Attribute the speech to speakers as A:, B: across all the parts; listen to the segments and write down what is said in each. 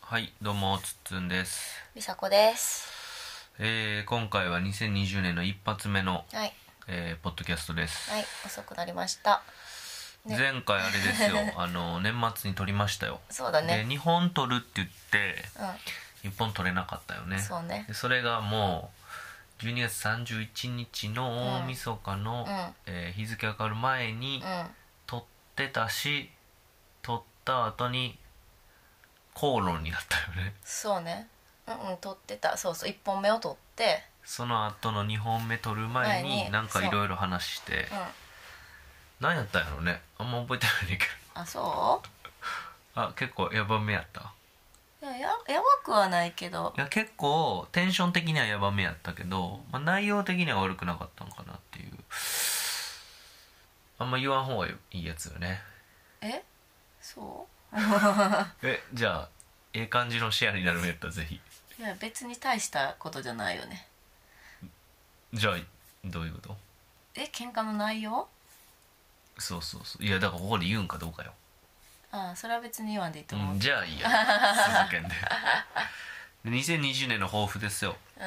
A: はいどうもつっつんです、
B: 美佐子です。
A: えー今回は2020年の一発目の、
B: はい、
A: えーポッドキャストです、
B: はい、遅くなりました。ね
A: 前回あれです よあの年末に撮りましたよ
B: そうだ
A: で
B: ね。
A: 2本撮るって言って
B: う
A: 1本撮れなかったよね
B: ん、そうね
A: で。それがもう12月31日の大晦日の、
B: うんうん
A: えー日付が変わる前に
B: うん、
A: 撮ってたし撮った後に口論になったよね
B: そうね。うんうん、撮ってた。そうそう、一本目を撮って、
A: その後の2本目撮る前
B: 前
A: に
B: に
A: なんかいろいろ話して
B: うん、
A: 何やったんやろねあんま覚えてないねんけ
B: あ、そ
A: ど あ結構ヤバめやった
B: う？いや、や、やばくはないけど
A: い、や結構テンション的にはヤバめやったけど、まあ、内容的には悪くなかったのかなっていうあんま言わん方がいいやつよね
B: え、そ
A: えじゃあええ感じのシェアになるんやったらぜひ
B: う？いや、別に大したことじゃないよね。
A: じゃあどういうこと
B: え、喧嘩の内容？
A: そうそうそういやだからここで言うんかどうかよ、
B: あ、それは別に言わんでいいと思う。
A: うん、
B: うん、
A: じゃあいいや続けんでで2020年の抱負ですよ
B: う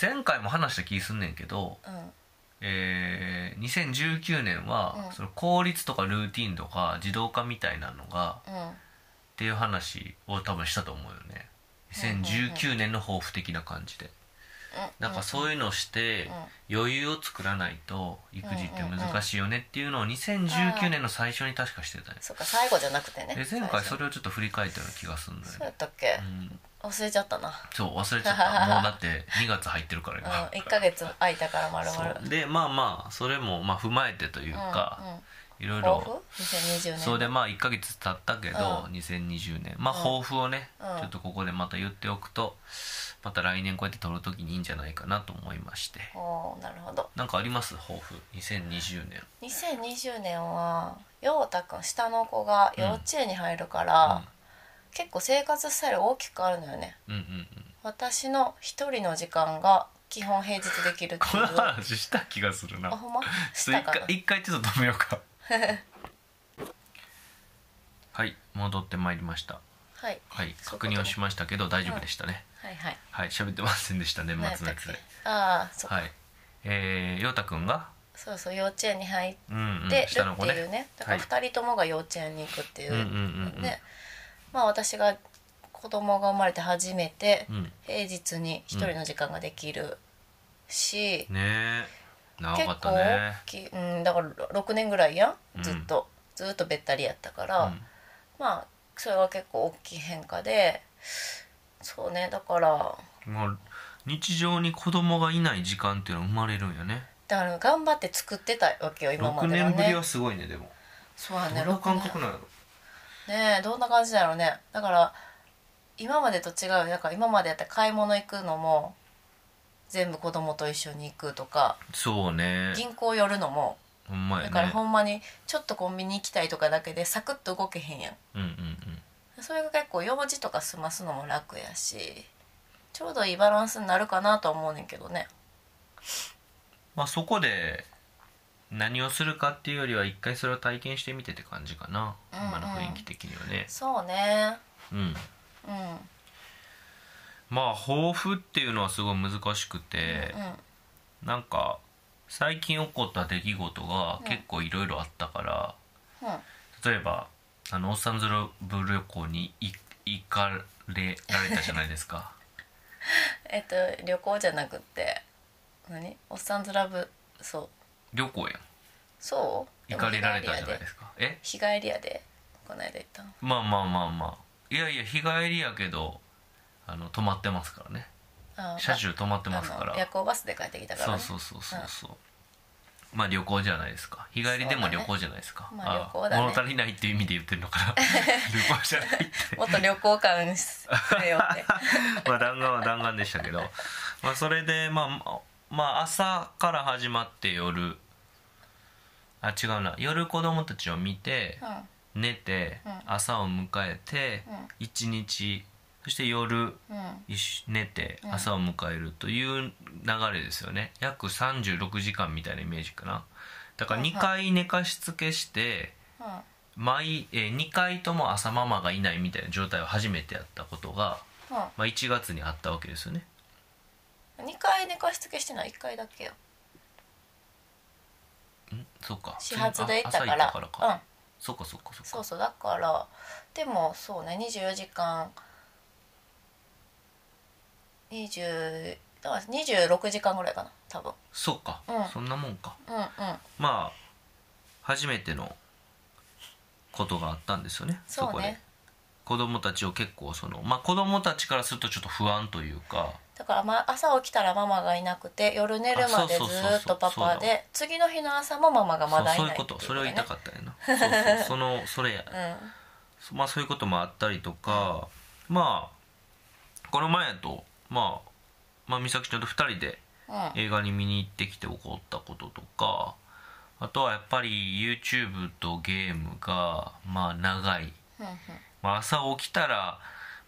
A: 前回も話した気すんねんけど、
B: ん、
A: えー2019年は、
B: うん
A: その効率とかルーティンとか自動化みたいなのが
B: うん、
A: っていう話を多分したと思うよね2019年の抱負的な感じで、なんかそういうのをして余裕を作らないと育児って難しいよねっていうのを2019年の最初に確かしてたよ、
B: そうか、最後じゃなくてね。
A: で前回そ
B: 最初
A: れをちょっと振り返ったような気がするんだ
B: そう
A: よ
B: や
A: ね
B: ったっけ
A: う？ん
B: 忘れちゃったな。
A: そう忘れちゃったもうだって2月入ってるから
B: うん、
A: 今
B: 1ヶ月空いたからまるまる
A: そうでまあまあそれもまあ踏まえてという
B: うん
A: か、
B: うん、
A: いろい
B: 抱
A: ろ
B: 負2020年
A: そうでまあ1ヶ月経ったけど、
B: う
A: 2020年まあ抱負をね、
B: うん
A: ちょっとここでまた言っておくとまた来年こうやって撮る時にいいんじゃないかなと思いまして
B: おーなるほど
A: なんかあります抱負2020年
B: 2020年は陽太くん下の子が幼稚園に入るから、結構生活スタイル大きくあるのよね
A: うんうんうん
B: 私の一人の時間が基本平日できるって
A: こ
B: い
A: の
B: う
A: 話した気がするな
B: あほんまし
A: ちょ
B: た
A: っと
B: か
A: 一
B: な
A: 回一回ちょっと止めよう かはい戻ってまいりました
B: はい
A: はい
B: そういうこ
A: 確
B: とね
A: 認をしましたけど大丈夫でしたね、
B: はいはい
A: はい喋ってませんでした年
B: 何やっ
A: 末
B: た
A: の
B: っ
A: やつ
B: け
A: で
B: ああそ,、
A: はいえー、陽太くんが
B: そうそう幼稚園に入っ
A: うんうん
B: てるって
A: 下の子
B: いう
A: ね
B: ねだから2人ともが幼稚園に行くっていう,、
A: うんうんうんうん
B: でまあ私が子供が生まれて初めて、
A: うんね
B: 平日に一人の時間ができるし、
A: え長
B: 結
A: かった
B: 構大
A: ね
B: きい、うん、だから6年ぐらいや
A: うん
B: んずっと、ずっとべったりやったか
A: う
B: ら、
A: ん
B: まあそれは結構大きい変化でそうねだから
A: もう日常に子供がいない時間っていうのは生まれるんやね
B: だから頑張って作ってたわけよ今ま
A: 6
B: では
A: 年ぶり
B: ね
A: はすごいねでも
B: そうや
A: どん
B: ね
A: な感覚
B: 六
A: なんやろ
B: 年ねえどんな感じだろうねだから今までと違うよだから今までやったら買い物行くのも全部子供と一緒に行くとか
A: そうね
B: 銀行寄るのも
A: ほんまや
B: だから
A: ね
B: ほんまにちょっとコンビニ行きたいとかだけでサクッと動けへんやん
A: うんうんうん
B: それが結構用事とか済ますのも楽やしちょうどいいバランスになるかなとは思うねんけどね
A: まあそこで何をするかっていうよりは一回それを体験してみてって感じかな、
B: うんうん
A: 今の雰囲気的にはね
B: そうね
A: うん
B: うん
A: まあ抱負っていうのはすごい難しくて、
B: う
A: なんか最近起こった出来事が結構いろいろあったから、
B: んうん
A: 例えばあのオッサンズロブ旅行にい行かれられたじゃないです か
B: えっと旅行じゃなくって何おっさんずラブそう
A: 旅行やん
B: そう
A: 行かれられたじゃないですすかえ
B: 日帰りやでこの間行ったの
A: まあまあまあまあいやいや日帰りやけどあの泊まってますからね
B: あ
A: 車中泊まってますか
B: あ
A: ら
B: の夜行バスで帰ってきたから、
A: そ
B: ね、
A: うそうそうそうそう、まあ旅行じゃないですか日帰りでも旅行じゃないですか、
B: そうだねまあ旅行だね
A: 物足りないっていう意味で言ってるのか な旅行じゃないって
B: もっと旅行感しくれよって
A: まあ弾丸は弾丸でしたけど、まあ、それで、まあ、まあ朝から始まって夜あ違うな夜子供たちを見て
B: うん
A: 寝て
B: うん
A: 朝を迎えて
B: うん
A: 一日そして夜
B: うん
A: 一緒寝て
B: うん
A: 朝を迎えるという流れですよね約36時間みたいなイメージかなだから
B: うんうん
A: 2回寝かしつけして
B: うん
A: 毎、えー2回とも朝ママがいないみたいな状態を初めてやったことが、
B: う
A: まあ、1月にあったわけですよね
B: ん、2回寝かしつけしてない1回だけよ
A: んそうか
B: 始発で行ったか
A: あ朝行
B: ら
A: ったからか、
B: うん
A: そうかそうかそうか
B: そうそうだからでもそうね24時間20だから26時間ぐらいかな多分
A: そうか、
B: うん
A: そんなもんか
B: うんうん
A: まあ初めてのことがあったんですよね
B: そうね
A: こで子供たちを結構そのまあ子供たちからするとちょっと不安というか
B: だから、ま、朝起きたらママがいなくて夜寝るまで
A: あ
B: ず
A: そうそうそう
B: ーっとパ
A: そうだ
B: パで次の日の朝もママがまだい
A: そうそう
B: ないい
A: こ
B: うってい
A: と
B: う
A: それを言いた
B: ね
A: かったよな そうそうそのそれや
B: うん
A: そまあそういうこともあったりとか、まあこの前やとまあまあ美咲ちゃんと2人で
B: うん
A: 映画に見に行ってきて起こったこととかあとはやっぱり YouTube とゲームがまあ長い、
B: うんうん
A: まあ、朝起きたら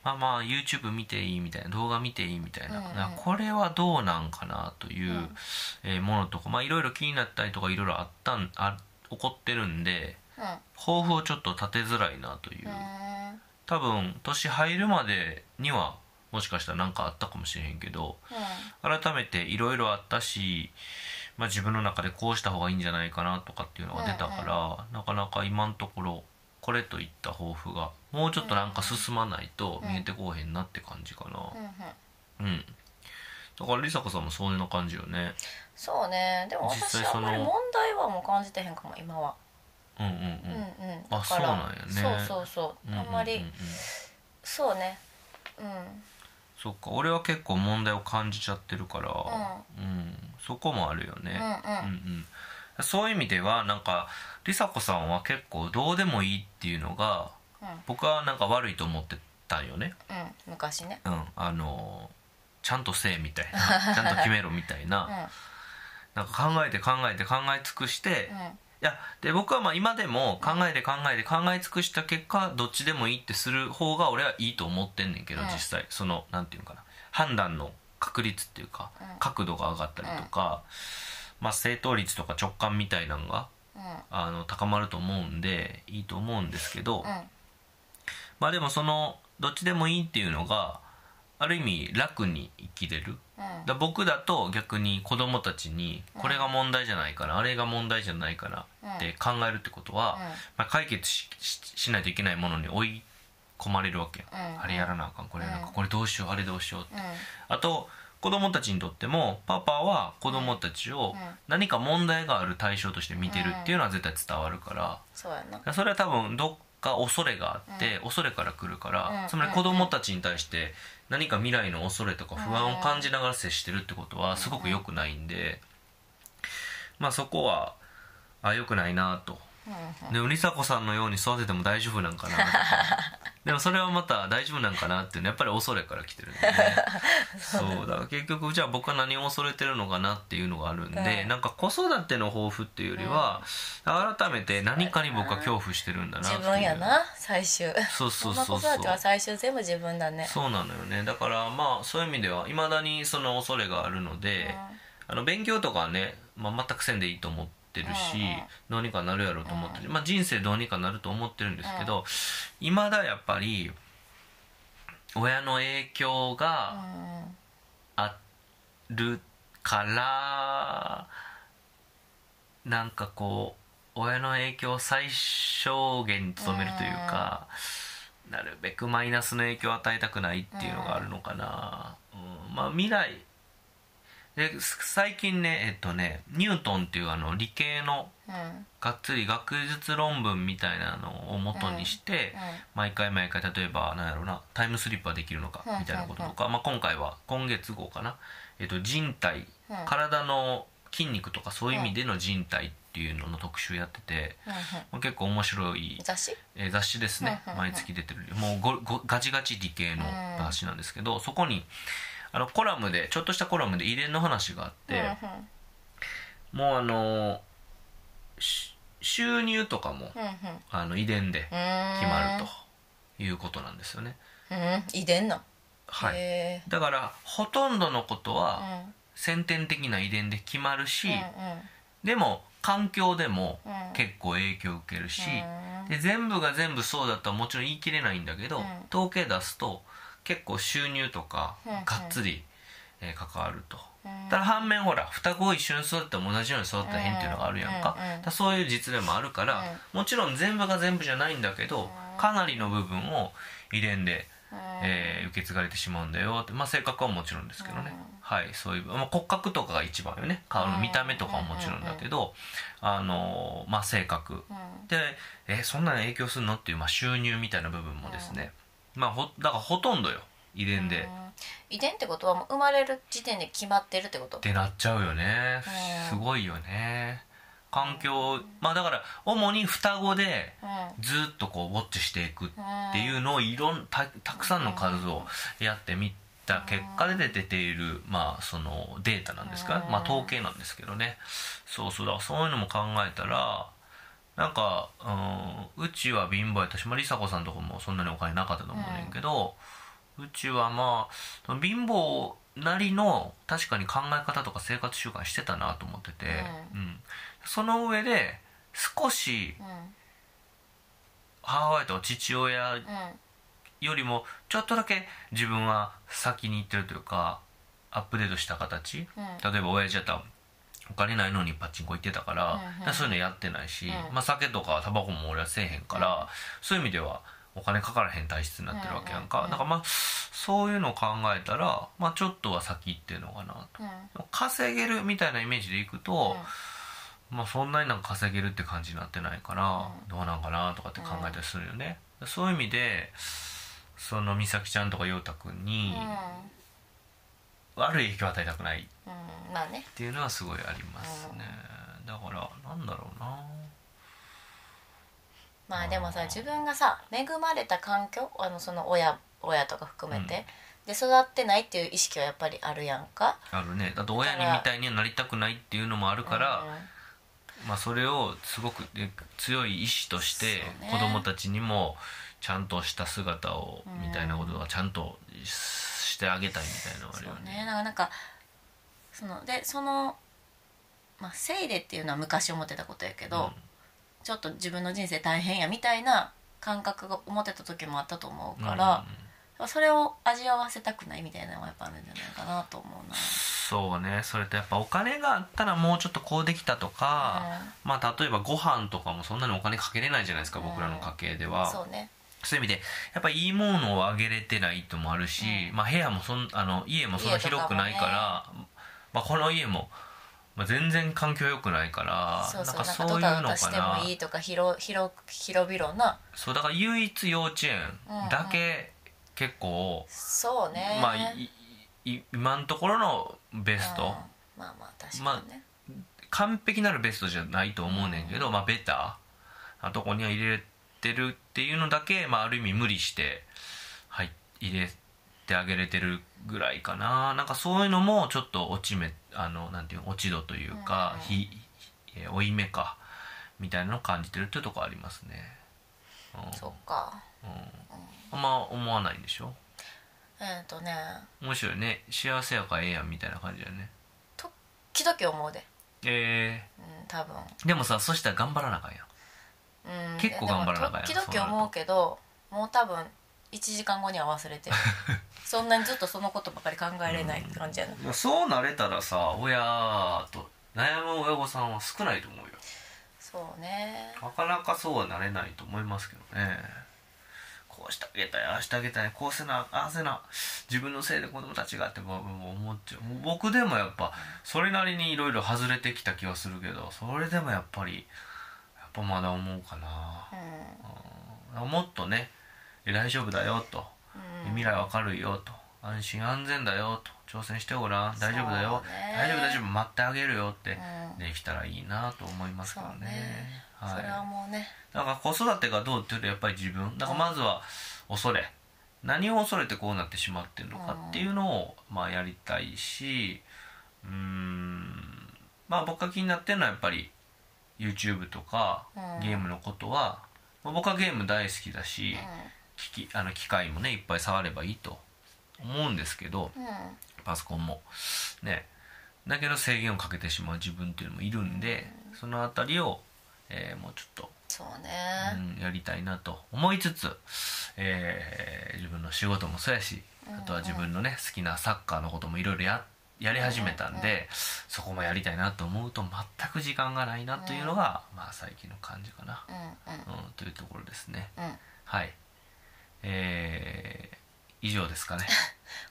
A: まあまあ YouTube 見ていいみたいな動画見ていいみたいな、
B: うんうん
A: なんかこれはどうなんかなという、
B: うん
A: えーものとかまあいろいろ気になったりとかいろいろあったんあ起こってるんで
B: うん
A: 抱負をちょっと立てづらいなという。
B: うーん
A: 多分年入るまでにはもしかしたら何かあったかもしれへんけど改めていろいろあったし、まあ、自分の中でこうした方がいいんじゃないかなとかっていうのが出たから、なかなか今のところこれといった抱負がもうちょっとなんか進まないと見えてこうへんなって感じかな
B: うんうんうん
A: うん、だから梨紗子さんもそういうの感じよね
B: そうねでも
A: 実
B: 私
A: 際
B: あ
A: そ
B: ん
A: の
B: まり問題はもう感じてへんかも今は
A: うんうん
B: うん
A: うん、
B: うん
A: あ
B: だ
A: そ
B: か
A: う
B: ら
A: なんやね
B: そうそうそう
A: ううう
B: あんまり
A: うん
B: そうねうん
A: そっか俺は結構問題を感じちゃってるから、うんそこもあるよね、
B: うん
A: う
B: うん
A: んうん、そういう意味ではなんか梨紗子さんは結構どうでもいいっていうのが
B: うん
A: 僕はなんか悪いと思ってたんよね、
B: うん昔ね
A: うん、あのちゃんとせえみたい なちゃんと決めろみたいな,、
B: うんうん
A: なんか考えて考えて考え尽くして、いやで僕はまあ今でも考えて考えて考え尽くした結果どっちでもいいってする方が俺はいいと思ってんねんけど、
B: うん
A: 実際そのなんていうのかな判断の確率っていうか、
B: うん
A: 角度が上がったりとか、まあ正答率とか直感みたいなのが
B: うん
A: あの高まると思うんでいいと思うんですけど、
B: うん
A: まあでもそのどっちでもいいっていうのがある意味楽に生きれる
B: うん
A: だ僕だと逆に子供たちにこれが問題じゃないから、あれが問題じゃないからって考えるってことは、まあ、解決しししないといけないものに追い込まれるわけよ、
B: うん
A: あれやらなあかんこれやらなあかん、これどうしようあれどうしようって
B: うんうん
A: あと子供たちにとってもパパは子供たちを
B: うん
A: 何か問題がある対象として見てるっていうのは絶対伝わるから
B: そうや
A: だ
B: な
A: からそれは多分どっか恐れがあって恐れから来るか
B: う
A: ら
B: ん
A: つまり子供たちに対して何か未来の恐れとか不安を感じながら接してるってことはすごく良くないんでまあそこはあ良くないなと
B: うんうん
A: でも梨紗子さんのように育てても大丈夫なん かなとかでもそれはまた大丈夫なんかなっていうのはやっぱり恐れから来てるん でねそうだから結局じゃあ僕は何を恐れてるのかなっていうのがあるんで、
B: うん
A: なんか子育ての抱負っていうよりは、改めて何かに僕は恐怖してるんだなってい
B: 自
A: う
B: 分やな最終
A: そうそう
B: そんな
A: そ
B: 子
A: うそう
B: 育ては最終全部自分だね
A: そうなのよねだからまあそういう意味ではいまだにその恐れがあるので、あの勉強とかはね、まあ、全くせんでいいと思ってるし、
B: うんうん
A: どうにかなるやろうと思ってる、まあ、人生どうにかなると思ってるんですけどいま、未だやっぱり親の影響
B: うん
A: が
B: うん
A: あるから、なんかこう親の影響を最小限に努めるというか、なるべくマイナスの影響を与えたくないっていうのがあるのかな、うんまあ未来です最近ねえっとねニュートンっていうあの理系の
B: うん
A: がっつり学術論文みたいなのを元にして、毎回毎回例えばなんやろうなタイムスリッパできるのかみたいなこととか、まあ、今回は今月号かな、えっと、人体
B: うん
A: 体の筋肉とかそういう意味での人体っていうのの特集やってて、
B: うん
A: まあ、結構面白い
B: うん雑誌
A: えー雑誌ですね
B: うんうんうん
A: 毎月出てるもうごごガチガチ理系の
B: うん
A: 雑誌なんですけどそこにあのコラムでちょっとしたコラムで遺伝の話があって、
B: う
A: もうあのーし収入とかも
B: んうんうんうん
A: あの遺伝で決まるということなんですよね。
B: うん遺伝なん
A: はい、
B: へ
A: だからほとんどのこと
B: ー
A: は先天的な遺伝で決まるし、
B: うんうんうん
A: でも環境でも
B: うん
A: 結構影響を受けるし、
B: うん
A: で全部が全部そうだとはもちろん言い切れないんだけど、
B: うん
A: 統計出すと結構収入とか
B: うんうん
A: がっつり、えー関わると。
B: うん
A: ただ反面ほら双子を一緒に育っても同じように育ったら変っていうのがあるやんか,、
B: うんうんうん
A: だからそういう実例もあるから、もちろん全部が全部じゃないんだけどかなりの部分を遺伝で、えー受け継がれてしまうんだよって、まあ、性格はもちろんですけどね、
B: うん
A: はいそういう、まあ、骨格とかが一番よね顔の見た目とかはもちろんだけど、あのーまあ、性格
B: うん
A: でえそんなの影響するのっていう、まあ、収入みたいな部分もですね、まあ、ほだからほとんどよ遺伝で。
B: うん遺伝ってことはもう生まれる時点で決まってるってこと
A: ってなっちゃうよね
B: うん
A: すごいよね環境まあだから主に双子で
B: うんう
A: ずっとこうウォッチしていくっ
B: ん
A: ていうのをいろんたたくさんの数をやってみた結果で出ているまあそのデータなんですか
B: うん
A: まあ統計なんですけどねそうそうだからそういうのも考えたらなんか、うん、うちは貧乏やったし、まあ、梨紗子さんとこもそんなにお金なかったと思うねんけど、うちはまあ貧乏なりの確かに考え方とか生活習慣してたなと思ってて、うんその上で少し
B: うん
A: 母親と父親
B: うん
A: よりもちょっとだけ自分は先に行ってるというかアップデートした形
B: うん
A: 例えば親父やったらお金ないのにパチンコ行ってたから,、
B: うんうん
A: そういうのやってないし、
B: うん
A: まあ、酒とかタバコも俺はせえへんから、そういう意味ではお金かからへん体質になってるわけやんか、
B: うんうんうん
A: だからまあそういうのを考えたら、まあ、ちょっとは先行ってるのかな
B: うん
A: と稼げるみたいなイメージでいくと、まあ、そんなになんか稼げるって感じになってないから、どうなんかなとかって考えたりするよね、そういう意味でその美咲ちゃんとか陽太くんに
B: うん
A: 悪い影響を与えたくない
B: うんまあね
A: っていうのはすごいありますね、だからなんだろうな
B: まあでもさ自分がさ恵まれた環境あのその親親とか含めて、で育ってないっていう意識はやっぱりあるやんか
A: あるねだって親にみたいにはなりたくないっていうのもあるから、まあ、それをすごくえ強い意志として
B: そうね
A: 子供たちにもちゃんとした姿をみたいなことはちゃんとしてあげたいみたいなの
B: う
A: が
B: ん
A: あるよ
B: そうね
A: ね。
B: なんかなんかそのでそのまあせいでっていうのは昔思ってたことやけど、ちょっと自分の人生大変やみたいな感覚が思ってた時もあったと思
A: う
B: うんから
A: うん、
B: それを味わわせたくないみたいなのはやっぱあるんじゃないかなと思うな。
A: そうねそれとやっぱお金があったらもうちょっとこうできたとか、まあ例えばご飯とかもそんなにお金かけれないじゃないですか、僕らの家系で
B: うん
A: は
B: そうね
A: そういう意味でやっぱいいものをあげれてないともあるし、
B: うん
A: まあ部屋もそんあの家もそんな広くないからまあ、この家も、まあ、全然環境良くないから
B: そうそう
A: な
B: なんん
A: か
B: か
A: そういう
B: ド
A: の
B: タドタし
A: か
B: ても
A: ない
B: いとか広広広々な
A: そうだから唯一幼稚園だけ結構、
B: そうね
A: まあいい今のところのベス
B: うん
A: ト、
B: まあまあ確かにね、
A: 完璧なるベストじゃないと思うねんけど、まあベターなとこには入れてるっていうのだけ、まあ、ある意味無理して、はい、入れてあげれてるぐらいかななんかそういうのもちょっと落ち目あのなんていうの落ち度というか、
B: うん
A: ひえー負い目かみたいなのを感じてるっていうとこありますね。うん
B: そっか
A: あんま思わないんでしょ
B: えっ、とね
A: 面白いね幸せやからええやんみたいな感じだよね。
B: 時々思うで
A: え
B: うん多分
A: ーでもさそしたら頑張らなあかんやん。
B: うん
A: 結構頑張らなあかんや
B: で
A: ん
B: も時々思うけどもう多分1時間後には忘 れてるそんなにずっとそのことばかり考えれないって感じやな、
A: でもそうなれたらさ親と悩む親御さんは少ないと思うよ
B: そうね
A: なかなかそうはなれないと思いますけどねこうしてあげたいああしてあげたいこうせなああせな自分のせいで子供たちがってもうもう思っちゃうもう僕でもやっぱそれなりにいろいろ外れてきた気はするけどそれでもやっぱりやっぱまだ思うかな
B: うん、
A: うんもっとねえ大丈夫だよと
B: うん、
A: 未来は明るいよと安心安全だよと挑戦してごらん大丈夫だよ、
B: そうね
A: 大丈夫大丈夫待ってあげるよって
B: うん
A: できたらいいなと思いますけど
B: そう
A: ね
B: ね
A: は
B: そ
A: い
B: れはもうね
A: だから子育てがどうっていうよりやっぱり自分だからまずは恐れ何を恐れてこうなってしまってるのかっていうのをまあやりたいしうーんまあ僕が気になってるのはやっぱり YouTube とか
B: うん
A: ゲームのことは、まあ僕はゲーム大好きだし、
B: う
A: 機器あの機械もねいっぱい触ればいいと思うんですけど
B: んうん
A: パソコンもねだけど制限をかけてしまう自分っていうのもいるんで、その辺りを、えーもうちょっと、
B: そう
A: う
B: ね
A: んやりたいなと思いつつ、えー自分の仕事もそうやしあとは自分のね好きなサッカーのこともいろいろややり始めたんで、そこもやりたいなと思うと全く時間がないなというのが、まあ最近の感じかな、
B: うんうん
A: うん、というところですね
B: うん
A: はいえー以上ですかね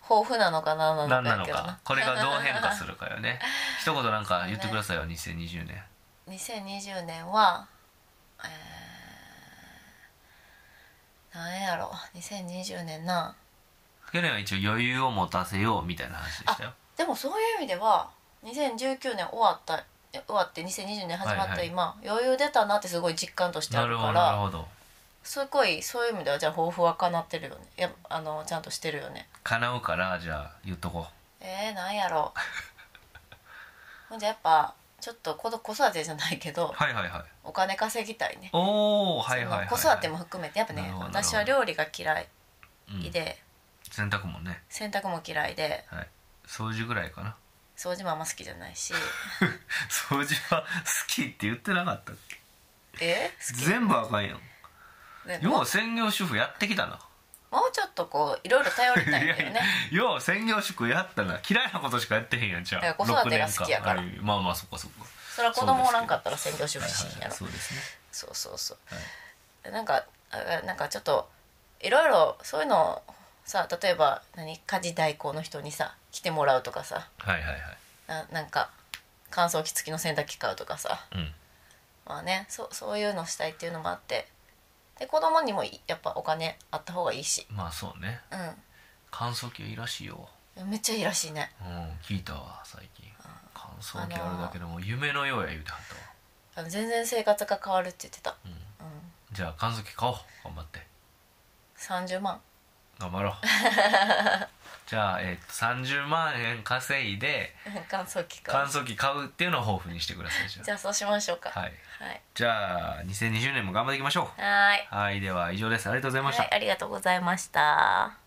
B: 豊富なのかなな
A: 何
B: のか
A: な
B: や
A: の
B: けど
A: かこれがどう変化するかよ ね一言なんか言ってくださいよ2020年
B: 2020年はえー、なんやろ2020年な
A: 去年は一応余裕を持たせようみたいな話でしたよ
B: でもそういう意味では2019年終わったえ終わって2020年始ま
A: はい
B: った
A: はい
B: 今、余裕出たなってすごい実感としてあ
A: なる
B: る
A: ほ
B: か
A: どなる
B: ら
A: ほど
B: すごいそういう意味ではじゃあ抱負はかなってるよねいやあのちゃんとしてるよね
A: 叶うからじゃあ言っとこ
B: えー、なん やろほんじゃやっぱちょっと子ど子育てじゃないけ
A: う
B: ど
A: はいはいはい
B: お金稼ぎたいね
A: おおはいはいはい、はい、
B: その子育ても含めてやっぱ
A: な
B: ね
A: るほどなるほど
B: 私は料理が嫌いで、
A: 洗濯もね
B: 洗濯も嫌いで
A: はい掃除ぐらいかな
B: 掃除もあんま好きじゃないし
A: 掃除は好きって言ってなかったっけ
B: え好き
A: 全部あかんやん
B: でも
A: よう専業主婦やってきたな
B: もうちょっとこういろいろ頼りたいんだ よね
A: よう専業主婦やったな嫌いなことしかやってへんやんじゃあ
B: だから子育てが好きやか
A: 六
B: ら
A: 年間はいまあまあそっかそっか
B: それは子供おらんかったら専業主婦しんやろ
A: そうですね
B: そうそうそう
A: はい
B: なんかあなんかちょっといろいろそういうのをさ例えば何家事代行の人にさ来てもらうとかさ
A: はいはいはい
B: ななんか乾燥機付きの洗濯機買うとかさ
A: うん
B: まあねそそういうのしたいっていうのもあってで子供にもいやっぱお金あった方がいいし
A: まあそうね
B: う
A: 乾燥機はいいらしいよ
B: んめっちゃいいらしいね
A: うん聞いたわ最近乾燥機あるだけでもう夢のようや言うてはったわ
B: あの全然生活が変わるって言ってた、
A: うん
B: うん、
A: じゃあ乾燥機買おう頑張って
B: 30万
A: 頑 張ろうじゃあ、えっと30万円稼いで
B: 乾燥機
A: 乾
B: か
A: 燥機買うっていうのを抱負にしてくださいじゃ
B: じゃあそうしましょうか
A: あはい
B: はい
A: じゃあ2020年も頑張っていきましょう
B: はーい
A: はいでは以上ですありがとうございました
B: はいありがとうございました